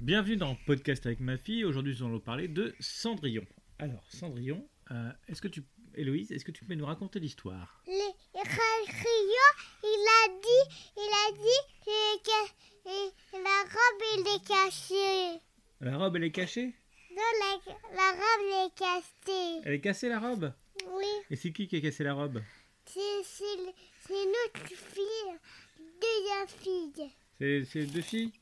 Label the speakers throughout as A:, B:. A: Bienvenue dans Podcast avec ma fille. Aujourd'hui, nous allons parler de Cendrillon. Alors, Cendrillon, euh, est-ce que tu, Héloïse, est-ce que tu peux nous raconter l'histoire
B: Les Cendrillon, il a dit, il a dit que- que et la robe il est cachée.
A: La robe, elle est cachée
B: Non, la, la robe elle est cachée.
A: Elle est cassée la robe
B: Oui,
A: Et c'est qui qui a cassé la robe
B: c'est c'est- c'est notre fille, deuxième fille.
A: C'est c'est deux filles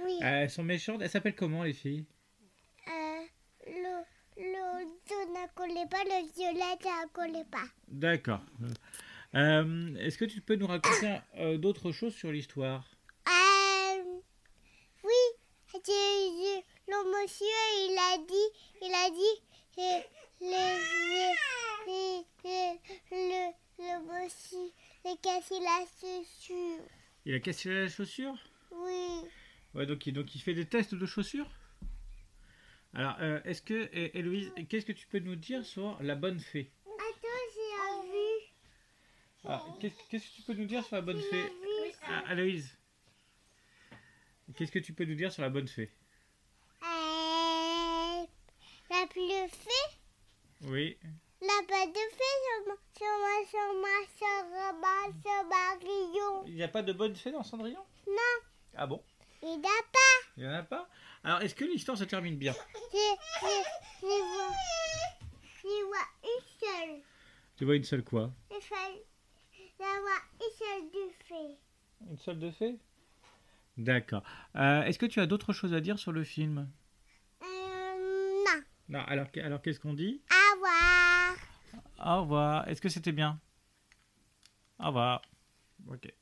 B: Oui,
A: Ah, Elles sont méchantes. Elles s'appellent comment les filles
B: euh, le, le jaune ne collait pas, le violet ne collait pas.
A: D'accord. Euh, Est-ce que tu peux nous raconter euh, d'autres choses sur l'histoire
B: Euh, oui, j'ai- j'ai- le monsieur, il a dit, il a dit, euh, le, le, le, le- le- le monsieur, il a cassé la chaussure.
A: Il a cassé la chaussure
B: Oui,
A: Ouais, donc, il- donc il fait des tests de chaussures Alors, euh, est-ce que, Hé- Héloïse, qu'est-ce que tu peux nous dire sur la bonne fée
B: attends, j'ai un vu.
A: Alors, qu'est- Ah, Qu'est-ce que tu peux nous dire sur la bonne
B: j'ai
A: fée
B: vu.
A: Ah, Héloïse Qu'est-ce que tu peux nous dire sur la bonne fée
B: Euh, la bleue fée,
A: Oui.
B: la bonne fée, sur ma, sur ma, sur ma, sur ma, sur ma, rayon.
A: Il n'y a pas de bonne fée dans Cendrillon
B: Non,
A: Ah bon
B: il n'a pas.
A: Il n'y en a pas Alors, est-ce que l'histoire se termine bien
B: J'ai j'ai- j'ai vois, j'ai vois une seule.
A: Tu vois une seule quoi
B: Il fallait la voir une seule du fait.
A: Une seule de fée D'accord. Euh, Est-ce que tu as d'autres choses à dire sur le film
B: Euh, non.
A: Non, alors, qu- alors qu'est-ce qu'on dit
B: À voir.
A: Au revoir. Est-ce que c'était bien Au revoir. Ok.